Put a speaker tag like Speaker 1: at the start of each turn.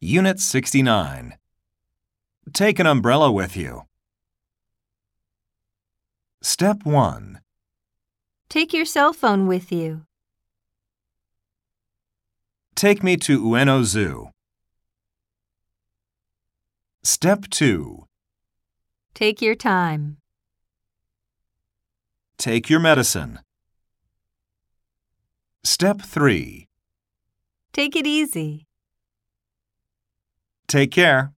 Speaker 1: Unit 69. Take an umbrella with you. Step 1.
Speaker 2: Take your cell phone with you.
Speaker 1: Take me to Ueno Zoo. Step 2.
Speaker 2: Take your time.
Speaker 1: Take your medicine. Step 3.
Speaker 2: Take it easy.
Speaker 1: Take care.